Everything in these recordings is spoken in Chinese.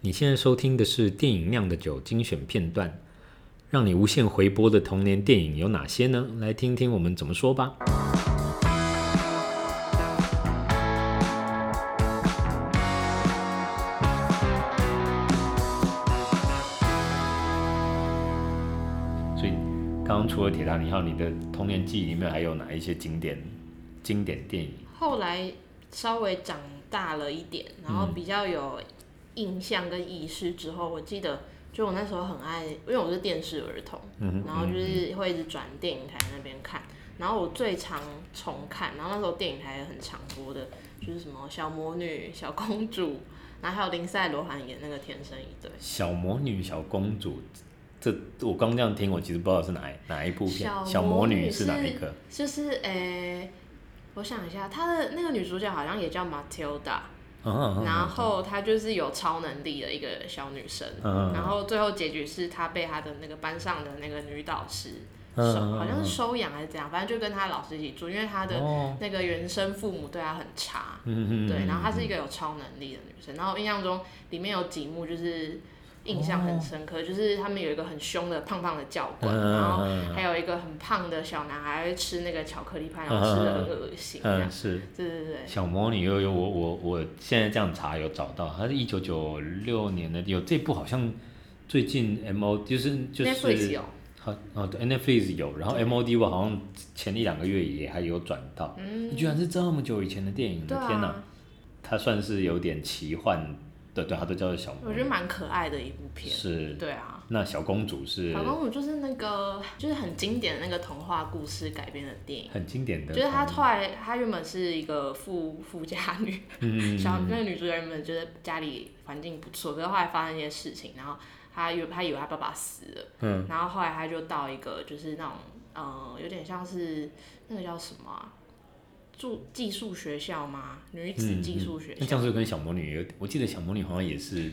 你现在收听的是电影《酿的酒》精选片段，让你无限回播的童年电影有哪些呢？来听听我们怎么说吧。所以，刚刚除了《铁达尼号》，你的童年记忆里面还有哪一些经典经典电影？后来稍微长大了一点，然嗯后比较有印象跟意识之后，我记得就我那时候很爱，因为我是电视儿童，嗯哼然后就是会一直转电影台那边看。然后我最常重看，然后那时候电影台也很常播的，就是什么小魔女、小公主， 然后还有林赛罗韩演那个《天生一对》。小魔女、小公主，这我刚这样听，我其实不知道是哪一哪一部片。小小魔魔女女是哪一是个？就是诶、我想一下，她的那个女主角好像也叫 Matilda，、嗯嗯嗯然后她就是有超能力的一个小女生，嗯然后最后结局是她被她的那个班上的那个女导师收，嗯嗯好像嗯是收养还是怎样，反正就跟她老师一起住，因为她的哦，那个原生父母对她很差，嗯嗯嗯对，然后她嗯是一个有超能力的女生，然后我印象中里面有几幕就是印象很深刻，就是他们有一个很凶的胖胖的教官，哦嗯然后嗯嗯还有一个很胖的小男孩会吃那个巧克力派，然后吃的很恶心这样嗯，是对对对，小魔女有有我我我现在这样查有找到，它是一九九六年的，有这部好像最近 M O 就是就 Netflix 是有，好哦对 Netflix 有，然后对 M O D 我好像前一两个月也还有转到，嗯，居然是这么久以前的电影，我对的嗯天哪！啊，它算是有点奇幻的，对，它都叫做小我魔觉得女。蛮可爱的一部片，是，对啊。那小公主是小公主就是那个，就是很经典的那个童话故事改编的电影，很经典的童，就是她后来她原本是一个富富家女，嗯，小那个女主角原本觉得家里环境不错，可是后来发生一些事情，然后她以为她以为她爸爸死了，嗯，然后后来她就到一个就是那种呃有点像是那个叫什么、啊、住寄宿学校吗？女子寄宿学嗯那校，这样是跟小魔女有，我记得小魔女好像也是，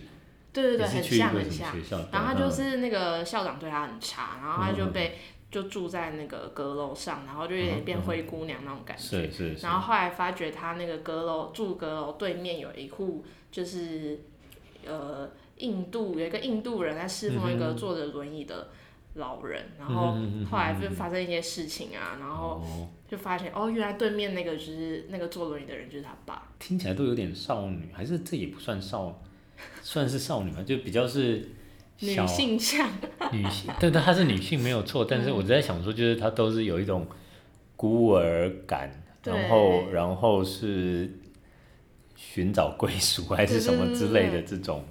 对对对，也很是去一像个什很么像。学校的，然后嗯她就是那个校长对她很差，然后她就被就住在那个阁楼上，然后就有点变灰姑娘那种感觉。是是是，然后后来发觉他那个阁楼住阁楼对面有一户就是呃印度有一个印度人在侍奉一个坐着轮椅的老人，然后嗯嗯嗯嗯嗯后来就发生一些事情啊，然后哦，就发现哦，原来对面那个就是那个坐轮椅的人就是他爸，听起来都有点少女，还是这也不算少， 算是少女嘛，就比较是女小啊性嗯向，女性，但但她是女性没有错，但是我在想说，就是她都是有一种孤儿感，对然后然后是寻找归属 还是什么之类的这种，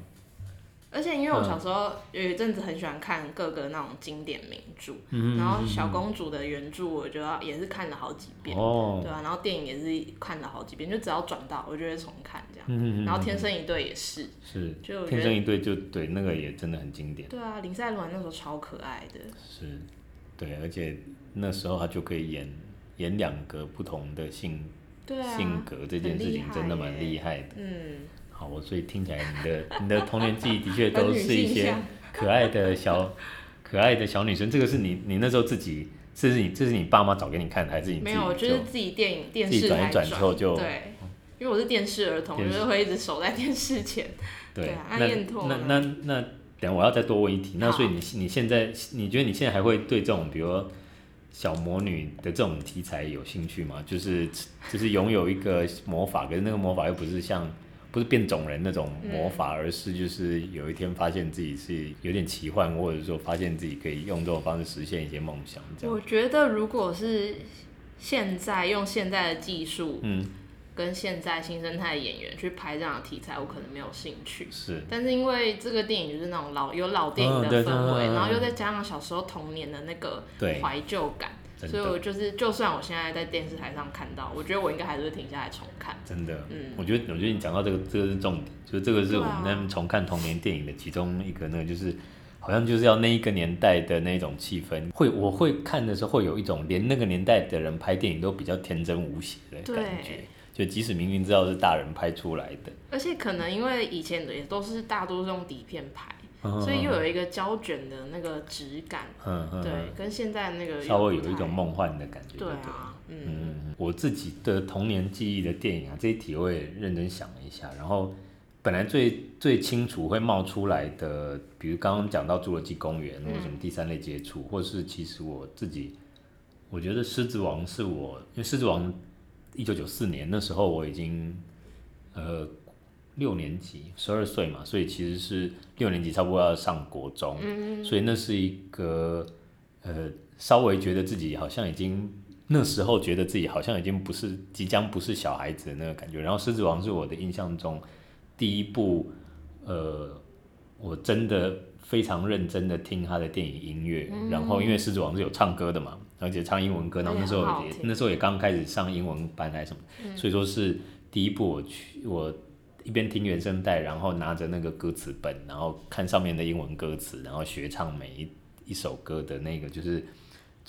而且因为我小时候有一阵子很喜欢看各个那种经典名著，嗯然后小公主的原著我就要也是看了好几遍。哦，对啊，然后电影也是看了好几遍，就只要转到我就会重看这样。嗯， 然后《天生一对》也是，是就我觉天得生一对就对那个也真的很经典，对啊，林赛罗那时候超可爱的，是，对，而且那时候她就可以演演两个不同的性、对啊，性格这件事情很厉害真的蛮耶厉害的。嗯，好，我所以听起来你的你的童年记忆的确很都女是 一性些向可爱的小可爱的小女生。这个是你你那时候自己，这是你这是你爸妈找给你看的，还是你自没己有，我就就是自己电影电自己视转一台转之后就对，因为我是电视儿童，我电视就是会一直守在电视前。对对啊那燕拓那呢那那那，等一下我要再多问一题。那好所以你你现在你觉得你现在还会对这种比如说小魔女的这种题材有兴趣吗？就是就是拥有一个魔法，可是那个魔法又不是像。不是变种人那种嗯魔法，而是就是有一天发现自己是有点奇幻，或者说发现自己可以用这种方式实现一些梦想，这样。我觉得如果是现在用现在的技术嗯，跟现在新生态的演员去拍这样的题材，我可能没有兴趣。是但是因为这个电影就是那种老有老电影嗯对的氛围，嗯嗯嗯然后又再加上小时候童年的那个对，怀旧感，真所以的我就是就算我现在在电视台上看到，我觉得我应该还是会停下来重看。真的。嗯，我觉得，我觉得你讲到这个，这个是重点，就是这个是对我啊们在重看童年电影的其中一个，那个就是好像就是要那一个年代的那种气氛，会我会看的时候会有一种连那个年代的人拍电影都比较天真无邪的对感觉，就即使明明知道是大人拍出来的，而且可能因为以前也都是大多是用底片拍，所以又有一个胶卷的那个质感，嗯嗯对，跟现在那个嗯，稍微又有不一太种，梦幻的感觉，对对了啊，嗯，嗯，我自己的童年记忆的电影啊，这一题我也认真想了一下，然后本来最最清楚会冒出来的，比如刚刚讲到侏罗纪公园或者什么第三类接触，或是其实我自己，我觉得《狮子王》是我，因为《狮子王》一九九四年那时候我已经呃六年级，十二岁嘛，所以其实是六年级差不多要上国中，所以那是一个呃稍微觉得自己好像已经。那时候觉得自己好像已经不是即将不是小孩子的那个感觉，然后《狮子王》是我的印象中第一部，呃，我真的非常认真的听他的电影音乐，嗯然后因为《狮子王》是有唱歌的嘛，而且唱英文歌，然后那时候哎好好也听嗯那时候也刚开始上英文班还是什么，所以说是第一部我去我一边听原声带，然后拿着那个歌词本，然后看上面的英文歌词，然后学唱每一一首歌的那个，就是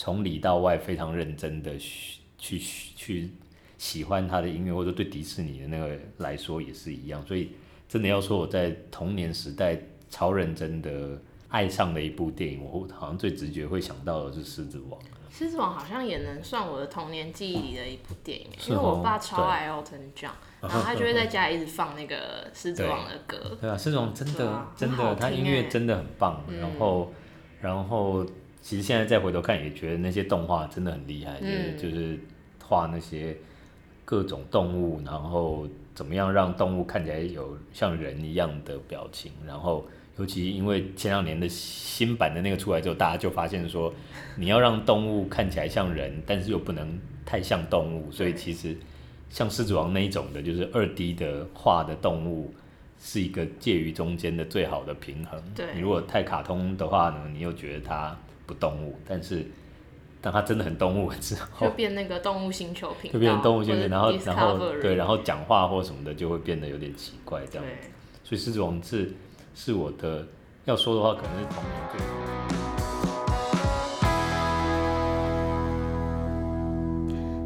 从里到外非常认真的去去去喜欢他的音乐，或者对迪士尼的那个来说也是一样。所以真的要说我在童年时代超认真的爱上的一部电影，我好像最直觉会想到的是《狮子王》。狮子王好像也能算我的童年记忆里的一部电影，是因为我哦爸超对爱 Elton John，然后他就会在家一直放那个狮子王的歌。对啊，这种真对的、啊真很好的，他听音欸乐真的很棒。嗯然后，然后其实现在再回头看，也觉得那些动画真的很厉害，嗯就是就是画那些各种动物，然后怎么样让动物看起来有像人一样的表情。然后，尤其因为前两年的新版的那个出来之后，大家就发现说，你要让动物看起来像人，但是又不能太像动物，所以其实像狮子王那一种的，就是二 D 的画的动物，是一个介于中间的最好的平衡。对你如果太卡通的话呢，你又觉得它不动物，但是当它真的很动物了之就后，变那个动物星球频道，就变成动物圈或者子，然后然后 Discovery 对，然后讲话或什么的就会变得有点奇怪这样。对所以狮子王是是我的，要说的话可能是童年最。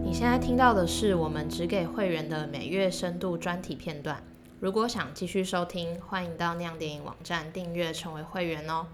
你现在听到的是我们只给会员的每月深度专题片段。如果想继续收听，欢迎到酿电影网站订阅成为会员哦。